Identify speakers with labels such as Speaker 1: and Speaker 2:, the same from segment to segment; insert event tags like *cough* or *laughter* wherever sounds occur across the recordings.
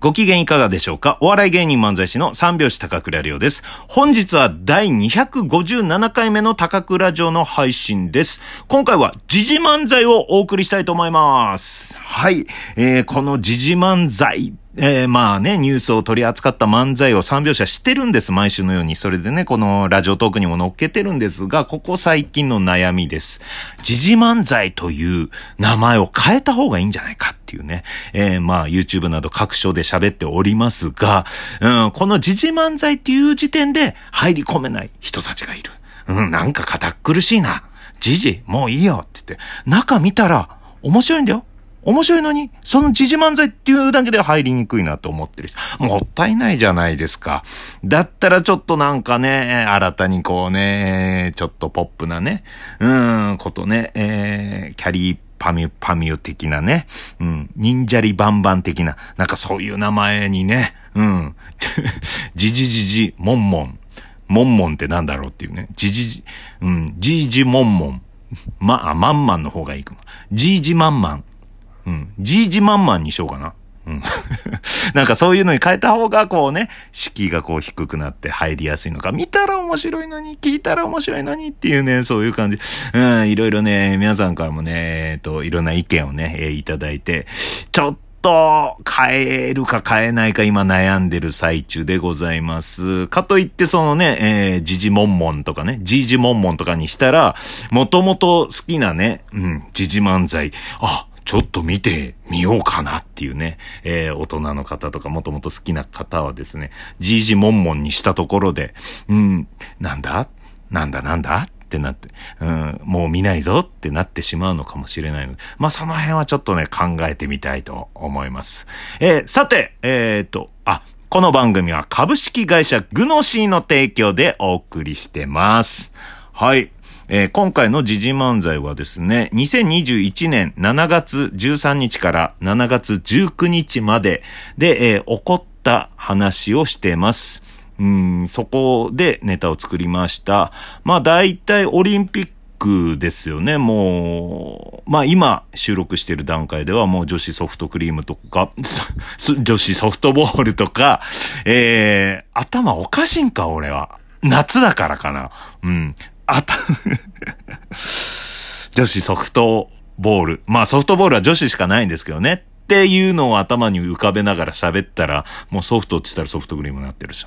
Speaker 1: ご機嫌いかがでしょうかお笑い芸人漫才師の三拍子高倉涼です。本日は第257回目の高倉城の配信です。今回は時事漫才をお送りしたいと思います。はい。えー、この時事漫才。えー、まあね、ニュースを取り扱った漫才を三拍子はしてるんです。毎週のように。それでね、このラジオトークにも乗っけてるんですが、ここ最近の悩みです。時事漫才という名前を変えた方がいいんじゃないかっていうね。えー、まあ、YouTube など各所で喋っておりますが、うん、この時事漫才っていう時点で入り込めない人たちがいる。うん、なんか堅苦しいな。時事、もういいよって言って、中見たら面白いんだよ。面白いのに、その時事漫才っていうだけで入りにくいなと思ってる人。もったいないじゃないですか。だったらちょっとなんかね、新たにこうね、ちょっとポップなね、うーん、ことね、えー、キャリーパミュパミュ的なね、うん、忍者りバンバン的な、なんかそういう名前にね、うん、 *laughs* じじじじ、もんもん。もんもんってなんだろうっていうね。じじじ、うん、じいじもんもん。ま、あ、まんまんの方がいいかも。じいじまんまん。うん。じいじまんまんにしようかな。うん。 *laughs* なんかそういうのに変えた方が、こうね、敷居がこう低くなって入りやすいのか。見たら面白いのに、聞いたら面白いのにっていうね、そういう感じ。うん、いろいろね、皆さんからもね、えっと、いろんな意見をね、えーいただいて、ちょっと変えるか変えないか今悩んでる最中でございます。かといってそのね、えー、じじもんもんとかね、じじもんもんとかにしたら、もともと好きなね、うん、じじ漫才、あ、ちょっと見てみようかなっていうね、えー大人の方とかもともと好きな方はですね、じいじもんもんにしたところで、うん、なんだなんだなんだってなって、うん、もう見ないぞってなってしまうのかもしれないので、まあその辺はちょっとね、考えてみたいと思います。えーさて、えーっと、あ、この番組は株式会社グノシーの提供でお送りしてます。はい。えー今回の時事漫才はですね、2021年7月13日から7月19日までで、えー起こった話をしてます。うん、そこでネタを作りました。まあ大体オリンピックですよね。もう、まあ今収録してる段階ではもう女子ソフトクリームとか、 *laughs* そ女子ソフトボールとか、えー、頭おかしいんか俺は。夏だからかな。うん。あた、女子ソフトボール。まあソフトボールは女子しかないんですけどね。っていうのを頭に浮かべながら喋ったら、もうソフトって言ったらソフトクリームになってるし。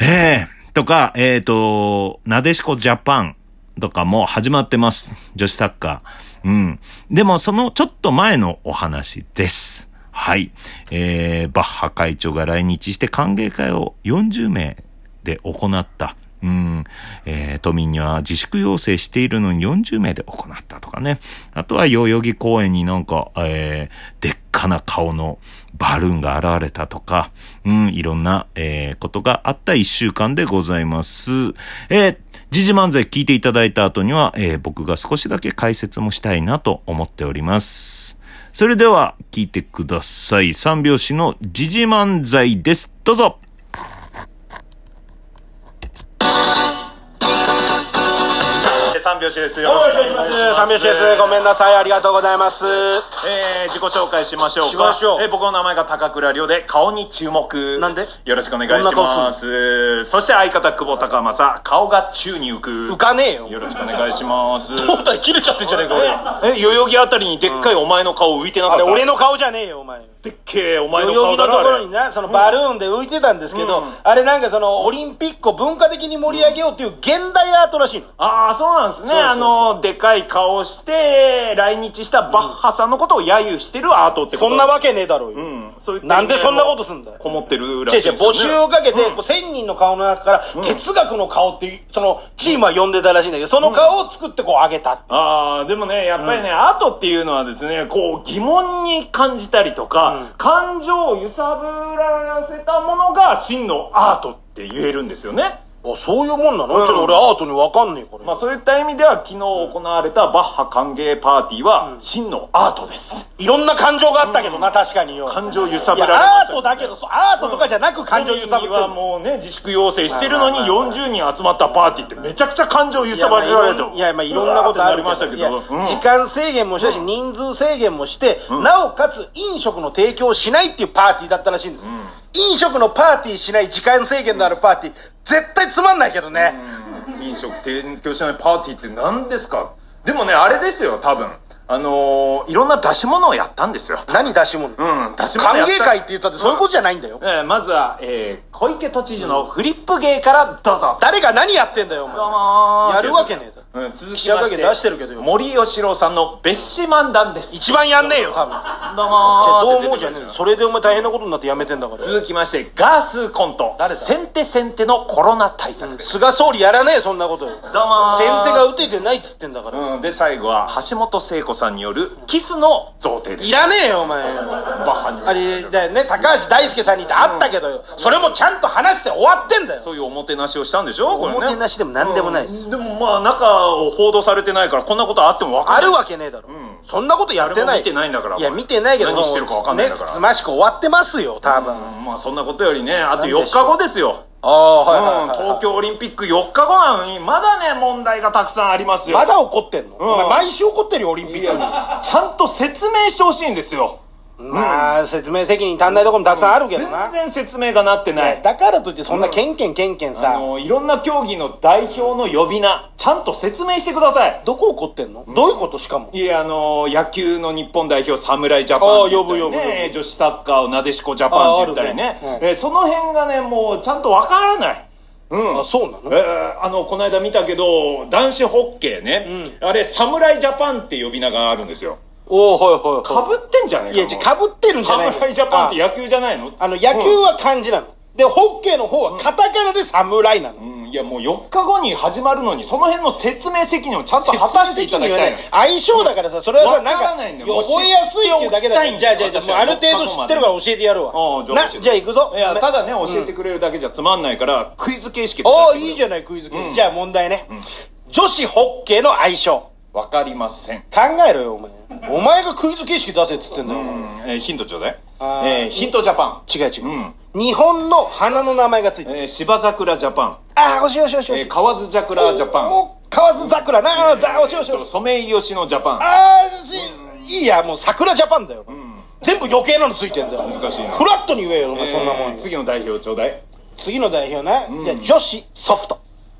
Speaker 1: ええとか、えっ、と、なでしこジャパンとかも始まってます。女子サッカー。うん。でもそのちょっと前のお話です。はい。えー、バッハ会長が来日して歓迎会を40名で行った。うん。えー都民には自粛要請しているのに40名で行ったとかね。あとは代々木公園になんか、えーでっかな顔のバルーンが現れたとか、うん、いろんな、えーことがあった一週間でございます。えー時事漫才聞いていただいた後には、えー僕が少しだけ解説もしたいなと思っております。それでは聞いてください。三拍子の時事漫才です。どうぞ三拍子です。よ
Speaker 2: よろしくお願いします。三拍子です。ごめんなさい。ありがとうございます。
Speaker 1: えー、自己紹介しましょうか。
Speaker 2: しましょう
Speaker 1: えー僕の名前が高倉涼で、顔に注目。
Speaker 2: なんで
Speaker 1: よろしくお願いし
Speaker 2: どんな
Speaker 1: ま
Speaker 2: 顔
Speaker 1: す。そして相方、久保高政、顔が宙に浮く。
Speaker 2: 浮かねえよ。
Speaker 1: よろしくお願いし
Speaker 2: *laughs*
Speaker 1: ます。
Speaker 2: 胴体切れちゃってんじゃねえか、俺。
Speaker 1: え、代々木あたりにでっかいお前の顔浮いてなか
Speaker 2: あ
Speaker 1: っ
Speaker 2: れ、
Speaker 1: た、
Speaker 2: 俺の顔じゃねえよ、お前。
Speaker 1: でっけえお前
Speaker 2: 代
Speaker 1: の顔
Speaker 2: 々木の
Speaker 1: だ
Speaker 2: と
Speaker 1: ろ、
Speaker 2: ころ
Speaker 1: あれ
Speaker 2: に。な、そのバルーンで浮いてたんですけど、あれなんかその、オリンピックを文化的に盛り上げようっていう現代アートらしいの。
Speaker 1: ああ、そうなんですね。
Speaker 2: そうそう
Speaker 1: あの、でかい顔をして、来日したバッハさんのことを揶揄してるアートってこと
Speaker 2: そんなわけねえだろうよ。
Speaker 1: そういった
Speaker 2: なんでそんなことすんだよ。
Speaker 1: こもってるらし
Speaker 2: 違う
Speaker 1: い
Speaker 2: 違う、
Speaker 1: です
Speaker 2: 募
Speaker 1: よね
Speaker 2: 集をかけて、こう1000人の顔の中から、哲学の顔っていう、その、チームは呼んでたらしいんだけど、その顔を作ってこう上げたっていう
Speaker 1: ああ、でもね、やっぱりね、アートっていうのはですね、こう、疑問に感じたりとか、感情を揺さぶらせたものが真のアートって言えるんですよね。
Speaker 2: あ、そういうもんなの、
Speaker 3: ん
Speaker 2: ちょっと俺アートにわかんねえから。
Speaker 3: まあそういった意味では昨日行われたバッハ歓迎パーティーは真のアートです。
Speaker 2: いろんな感情があったけどな、確かによ。
Speaker 3: 感情揺さ
Speaker 2: い
Speaker 3: ぶ
Speaker 2: や
Speaker 3: られま
Speaker 2: ア
Speaker 3: し
Speaker 2: ー
Speaker 3: た
Speaker 2: トだけど、そうアートとかじゃなく感情揺さぶってる。
Speaker 3: はもうね、自粛要請してるのに40人集まったパーティーってめちゃくちゃ感情揺
Speaker 2: い
Speaker 3: さ
Speaker 2: やま
Speaker 3: ぶ
Speaker 2: あ
Speaker 3: られると。
Speaker 2: いやまあいろんなことある
Speaker 3: うわーってなり
Speaker 2: いや
Speaker 3: ましたけど。うん
Speaker 2: 時間制限もしたし、人数制限もして、なおかつ飲食の提供をしないっていうパーティーだったらしいんです、飲食のパーティーしない時間制限のあるパーティー絶対つまんないけどね、
Speaker 3: 飲食提供しないパーティーって何ですかでもね、あれですよ、多分。あのー、いろんな出し物をやったんですよ。
Speaker 2: 何出し物、
Speaker 3: うん、出し
Speaker 2: 歓
Speaker 3: 物やった
Speaker 2: 迎会って言ったってそういうことじゃないんだよ、
Speaker 3: えーまずは、えー小池都知事のフリップ芸からどうぞ。
Speaker 2: 誰が何やってんだよお前
Speaker 3: どうもー
Speaker 2: やるわけねえだろ
Speaker 3: うん、続
Speaker 2: 記
Speaker 3: き
Speaker 2: 者
Speaker 3: ま
Speaker 2: 会
Speaker 3: し
Speaker 2: 見
Speaker 3: て
Speaker 2: 出してるけどよ
Speaker 3: 森喜朗さんの別紙漫談です
Speaker 2: 一番やんねえよ多分
Speaker 3: どうもー
Speaker 2: じゃあどう思うじゃねえよそれでお前大変なことになってやめてんだから
Speaker 3: 続きましてガースーコント
Speaker 2: 誰だ
Speaker 3: 先手先手のコロナ対策、
Speaker 2: 菅総理やらねえそんなことよ先手
Speaker 3: どうもー
Speaker 2: が打ててないっつってんだから、
Speaker 3: うん、で最後は橋本聖子さんによるキスの贈呈で
Speaker 2: い
Speaker 3: す
Speaker 2: らねえよお前
Speaker 3: バッハに
Speaker 2: あれだよね、高橋大輔さんにってあったけどよ、それもちゃんと話して終わってんだよ。
Speaker 3: そういうおもてなしをしたんでしょこれね
Speaker 2: おもてなしでも何でもないです
Speaker 3: うんでもまあ中を報道されてないからこんなことあっても分か
Speaker 2: あ
Speaker 3: る
Speaker 2: るわけねえだろ。そんなことやって
Speaker 3: 誰
Speaker 2: ない。
Speaker 3: も見てないんだから
Speaker 2: いや、見てないけど、
Speaker 3: 何してるかわかんないん
Speaker 2: ね、
Speaker 3: だから
Speaker 2: つつましく終わってますよ、多分。あ
Speaker 3: うんまあそんなことよりねあと
Speaker 2: なんでしょう
Speaker 3: 4日後ですよ
Speaker 2: あ、
Speaker 3: うん、
Speaker 2: はいはいはいはい
Speaker 3: 東京オリンピック4日後なのにまだね問題がたくさんありますよ
Speaker 2: まだ怒ってんの、お前毎週怒ってるよ、オリンピックに。
Speaker 3: ちゃんと説明してほしいんですよ
Speaker 2: まあ、説明責任足んないとこもたくさんあるけど
Speaker 3: 全
Speaker 2: な。
Speaker 3: 然説明がなってない
Speaker 2: いやだからといって、そんなケンケンケンケン
Speaker 3: あ
Speaker 2: さ、
Speaker 3: のいろんな競技の代表の呼び名ちゃんと説明してください
Speaker 2: どこ怒ってんの、どういうことしかも。
Speaker 3: いやあの野球の日本代表侍ジャパンって言ったり
Speaker 2: ああ呼ぶ呼ぶ呼
Speaker 3: ね女子サッカーをなでしこジャパンって言ったり
Speaker 2: ああ
Speaker 3: ね
Speaker 2: あるね
Speaker 3: えーその辺がねもうちゃんとわからない
Speaker 2: あ、そうなの
Speaker 3: えーあのこの間見たけど男子ホッケーね、あれ侍ジャパンって呼び名があるんですよ
Speaker 2: おおはいはい
Speaker 3: か
Speaker 2: は
Speaker 3: ぶってんじゃねえ
Speaker 2: い。
Speaker 3: か
Speaker 2: いや、じゃあ被ってるんじゃないの
Speaker 3: 侍ジャパンって野球じゃないの
Speaker 2: あの、野球は漢字なの。で、ホッケーの方はカタカナで侍なの。
Speaker 3: うんいやもう4日後に始まるのにその辺の説明責任をちゃんと果たしていただきたいの
Speaker 2: 相性だからさ、それはさ、なん
Speaker 3: わから
Speaker 2: か、
Speaker 3: ないんだよ
Speaker 2: 覚えやすいっていうだけだから。
Speaker 3: もう知
Speaker 2: じ
Speaker 3: っ
Speaker 2: ゃあ
Speaker 3: て
Speaker 2: じゃ
Speaker 3: ん
Speaker 2: あ
Speaker 3: だよ
Speaker 2: じゃあ、ある程度知ってるから教えてやるわ。
Speaker 3: おう上手
Speaker 2: な、じゃあ行くぞ。
Speaker 3: いや
Speaker 2: ね
Speaker 3: ただね教えてくれるだけじゃつまんないからクイズ形式で
Speaker 2: おー
Speaker 3: 出してくれ
Speaker 2: いいじゃない、クイズ系。じゃあ問題ね。女子ホッケーの相性。
Speaker 3: わかりません
Speaker 2: 考えろよ、お前。お前がクイズ形式出せっつってんだよ。
Speaker 3: えーヒントちょうだい
Speaker 2: あー
Speaker 3: えーヒントジャパ
Speaker 2: 違う違う。日本の花の名前がついて
Speaker 3: ン
Speaker 2: る。
Speaker 3: えー芝桜ジャパ
Speaker 2: ああ、おしおしおしお
Speaker 3: ンえー
Speaker 2: し。
Speaker 3: 河津桜ジャパン
Speaker 2: お河津桜な、あーざおしおし
Speaker 3: え
Speaker 2: おし
Speaker 3: ー。ソメイヨシノジャパン
Speaker 2: あーし、いいや、もう桜ジャパンだよ。全部余計なのついてんだよ。
Speaker 3: 難しいな
Speaker 2: フラットに言えよ、お前そんなもん
Speaker 3: えー。次の代表ちょうだい
Speaker 2: 次の代表な。じゃあ、女子ソフト。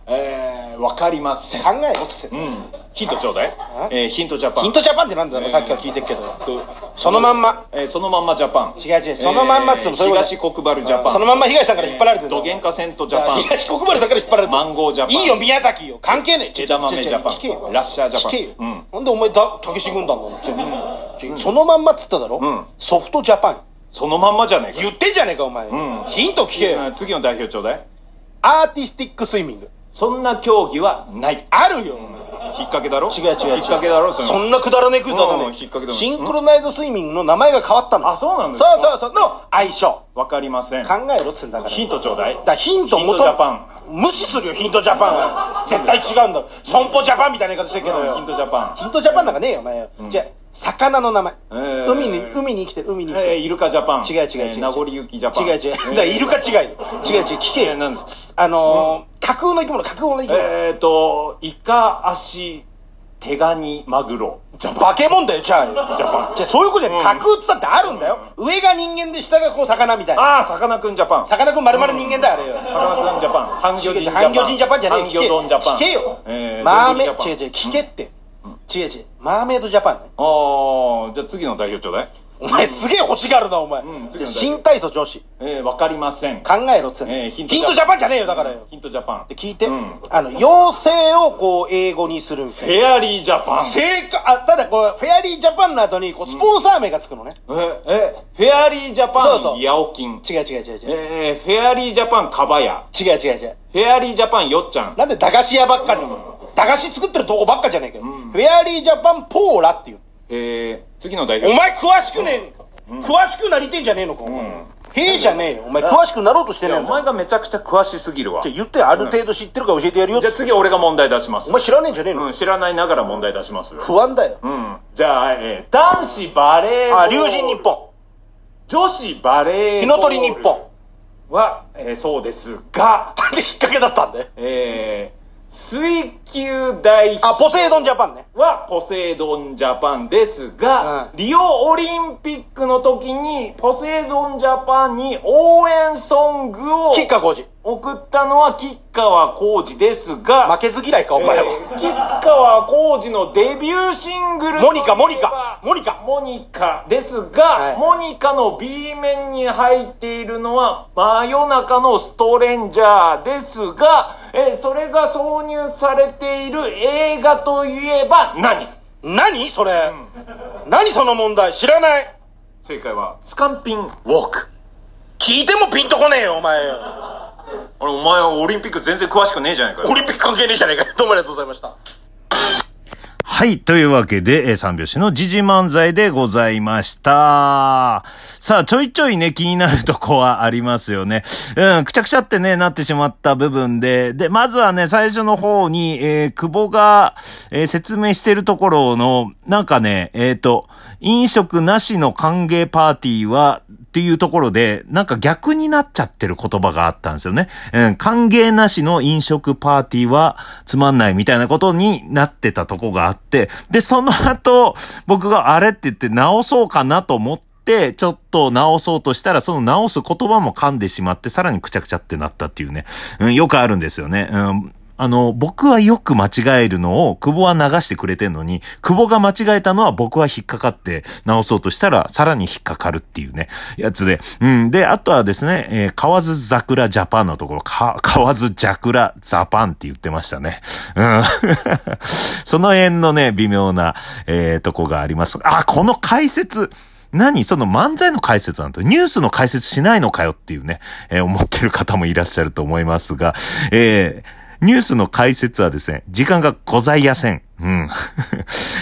Speaker 3: えーわかりません
Speaker 2: 考えろっつってんだよ
Speaker 3: ヒントちょうだいえーヒントジャパン
Speaker 2: ヒントジャパンってなんだろう、さっきは聞いてるけど。
Speaker 3: と
Speaker 2: そのまんま。
Speaker 3: えーそのまんまジャパン
Speaker 2: 違う違うそのまんまっつうの
Speaker 3: えー
Speaker 2: そういうこと
Speaker 3: 東国原ジャパン
Speaker 2: そのまんま東さんから引っ張られてる
Speaker 3: どげんかせんとジャパン
Speaker 2: 東国原さんから引っ張られてる
Speaker 3: マンゴージャパン
Speaker 2: いいよ、宮崎よ。関係ねえ。ちょ
Speaker 3: 枝豆
Speaker 2: ちょちょ
Speaker 3: ジャパン
Speaker 2: 聞けよ
Speaker 3: ラッシャージャパン
Speaker 2: 聞けよ
Speaker 3: うん。
Speaker 2: なんでお前、だ、たけし軍団なの全部ちょそのまんまっつっただろソフトジャパン。
Speaker 3: そのまんまじゃねえか
Speaker 2: 言ってんじゃねえか、お前。ヒント聞けよ。
Speaker 3: うん次の代表ちょうだい
Speaker 2: アーティスティックスイミング。
Speaker 3: そんな競技はない
Speaker 2: あるよ、お前。
Speaker 3: 引っ掛けだろ
Speaker 2: 違う違う違う
Speaker 3: 引っ掛けだろ
Speaker 2: そ
Speaker 3: なん
Speaker 2: なくだらねえクイズ出さ
Speaker 3: うん引っ掛けだ
Speaker 2: ね
Speaker 3: も
Speaker 2: え
Speaker 3: ん
Speaker 2: シンクロナイズスイミングの名前が変わったの
Speaker 3: あそうなんですか
Speaker 2: そうそうそうの相性考
Speaker 3: わかりません
Speaker 2: えろっつうんだから
Speaker 3: ヒントちょうだい
Speaker 2: だからヒント
Speaker 3: ヒン
Speaker 2: 元
Speaker 3: トジャパ
Speaker 2: 無視するよヒントジャパンは絶対違うんだ損保ジャパンみたいな言い方してるけどよ
Speaker 3: ヒントジャパン
Speaker 2: ヒントジャパンなんかねえよお前よじゃあ魚の名前
Speaker 3: ー
Speaker 2: 海に海に生きてる海に生き
Speaker 3: えー
Speaker 2: てる
Speaker 3: イルカジャパン
Speaker 2: 違う違う違う
Speaker 3: え
Speaker 2: 違
Speaker 3: ー
Speaker 2: う
Speaker 3: 名残ゆきジャパン
Speaker 2: 違う違うだからイルカ違うよ違う違う聞け
Speaker 3: えー
Speaker 2: よ
Speaker 3: 何です
Speaker 2: あのー架空の生き物架空の生き物
Speaker 3: えーとイカ足手ガニマグロジャパ
Speaker 2: バケモンだよじゃあ
Speaker 3: ンジャパン
Speaker 2: じゃあそういうことじゃない架空って言ったってあるんだよ上が人間で下がこう魚みたいな
Speaker 3: ああさかなクンジャパンさ
Speaker 2: さかなクンまるまる人間だよあれよ
Speaker 3: かなクンジャパン半魚人ジャパン
Speaker 2: 半魚人ジャパンじゃねえよ
Speaker 3: 半魚丼ジャパン
Speaker 2: 聞けよ
Speaker 3: えー
Speaker 2: マーメ
Speaker 3: 丼ジャパン
Speaker 2: 違う違う聞けって違う違うマーメイドジャパンね
Speaker 3: ああじゃあ次の代表ちょうだい
Speaker 2: お前すげえ欲しがるなお前
Speaker 3: ん
Speaker 2: じゃあ新体操女子
Speaker 3: えーわかりません
Speaker 2: 考えろっつうの
Speaker 3: えー
Speaker 2: ヒ
Speaker 3: ヒン
Speaker 2: ン
Speaker 3: トジャパン
Speaker 2: トジャパンじゃねえよだからよ
Speaker 3: ヒントジャパン
Speaker 2: で聞いて
Speaker 3: うん
Speaker 2: あの妖精をこう英語にするみたいな
Speaker 3: フェアリージャパン
Speaker 2: 正解あただこれフェアリージャパンの後にこうスポンサー名がつくのね
Speaker 3: ええフェアリージャパン
Speaker 2: そうそう
Speaker 3: ヤオキン
Speaker 2: 違う違う違う違う
Speaker 3: えー、フェアリージャパンカバヤ
Speaker 2: 違う違う違う
Speaker 3: フェアリージャパンよっちゃん
Speaker 2: なんで駄菓子屋ばっかり駄菓子作ってるとこばっかじゃねえけど、フェアリージャパンポーラっていう
Speaker 3: えー、次の代
Speaker 2: お
Speaker 3: 表
Speaker 2: 前詳しくねえ、詳しくなりてんじゃねえのか、お前へえじゃねえよ。お前詳しくなろうとして
Speaker 3: い
Speaker 2: ね
Speaker 3: や
Speaker 2: え
Speaker 3: お
Speaker 2: んだ。っ
Speaker 3: 前がめちゃくちゃ詳しすぎるわ
Speaker 2: て言ってある程度知ってるから教えてやるよっ
Speaker 3: じ
Speaker 2: て
Speaker 3: ゃあ。次俺が問題出します
Speaker 2: お前知らねえんじゃねえの
Speaker 3: うん、知らないながら問題出します
Speaker 2: 不安だよ。
Speaker 3: うんじゃあ、えー男子バレーボール
Speaker 2: あ、龍神日本。
Speaker 3: 女子バレーボール
Speaker 2: 火の鳥日本。
Speaker 3: は、えーそうですが、
Speaker 2: なんで引っ掛けだったんだよ。
Speaker 3: えー水球大
Speaker 2: あ、ポセイドンジャパンね。
Speaker 3: はポセイドンジャパンですが、
Speaker 2: うん
Speaker 3: リオオリンピックの時にポセイドンジャパンに応援ソングを
Speaker 2: キッカージ
Speaker 3: 送ったのは吉川浩司です
Speaker 2: 負
Speaker 3: が、
Speaker 2: けず嫌いか、お前は。
Speaker 3: えー吉川浩司のデビューシングル
Speaker 2: モニカモニカモニカ
Speaker 3: モニカですが、
Speaker 2: はい
Speaker 3: モニカの B 面に入っているのは真夜中のストレンジャーですが、えーそれが挿入されている映画といえば何
Speaker 2: 何それ。何その問題知らない。
Speaker 3: 正解はスカンピンウォーク
Speaker 2: 聞いてもピンとこねえよ、お前。
Speaker 3: あれお前はオリンピック全然詳しくねえじゃないか
Speaker 2: オリンピック関係ねえじゃねえかよ。どうもありがとうございました。
Speaker 1: はい。というわけで、えー三拍子の時事漫才でございました。さあ、ちょいちょいね、気になるとこはありますよね。うん、くちゃくちゃってね、なってしまった部分で、で、まずはね、最初の方に、えー久保が、えー説明してるところの、なんかね、えっ、と、飲食なしの歓迎パーティーは、っていうところで、なんか逆になっちゃってる言葉があったんですよね。うん、歓迎なしの飲食パーティーはつまんないみたいなことになってたとこがあって、で、その後、僕があれって言って直そうかなと思って、ちょっと直そうとしたら、その直す言葉も噛んでしまって、さらにくちゃくちゃってなったっていうね。うん、よくあるんですよね。うん、あの、僕はよく間違えるのを、久保は流してくれてんのに、久保が間違えたのは僕は引っかかって直そうとしたら、さらに引っかかるっていうね、やつで。うん。で、あとはですね、えー、河津桜ジャパンのところ、か、河津桜ザパンって言ってましたね。うん。 *laughs* その辺のね、微妙な、えー、とこがあります。あ、この解説。何その漫才の解説なんて、ニュースの解説しないのかよっていうね、えー思ってる方もいらっしゃると思いますが、えーニュースの解説はですね、時間がございやせん。うん。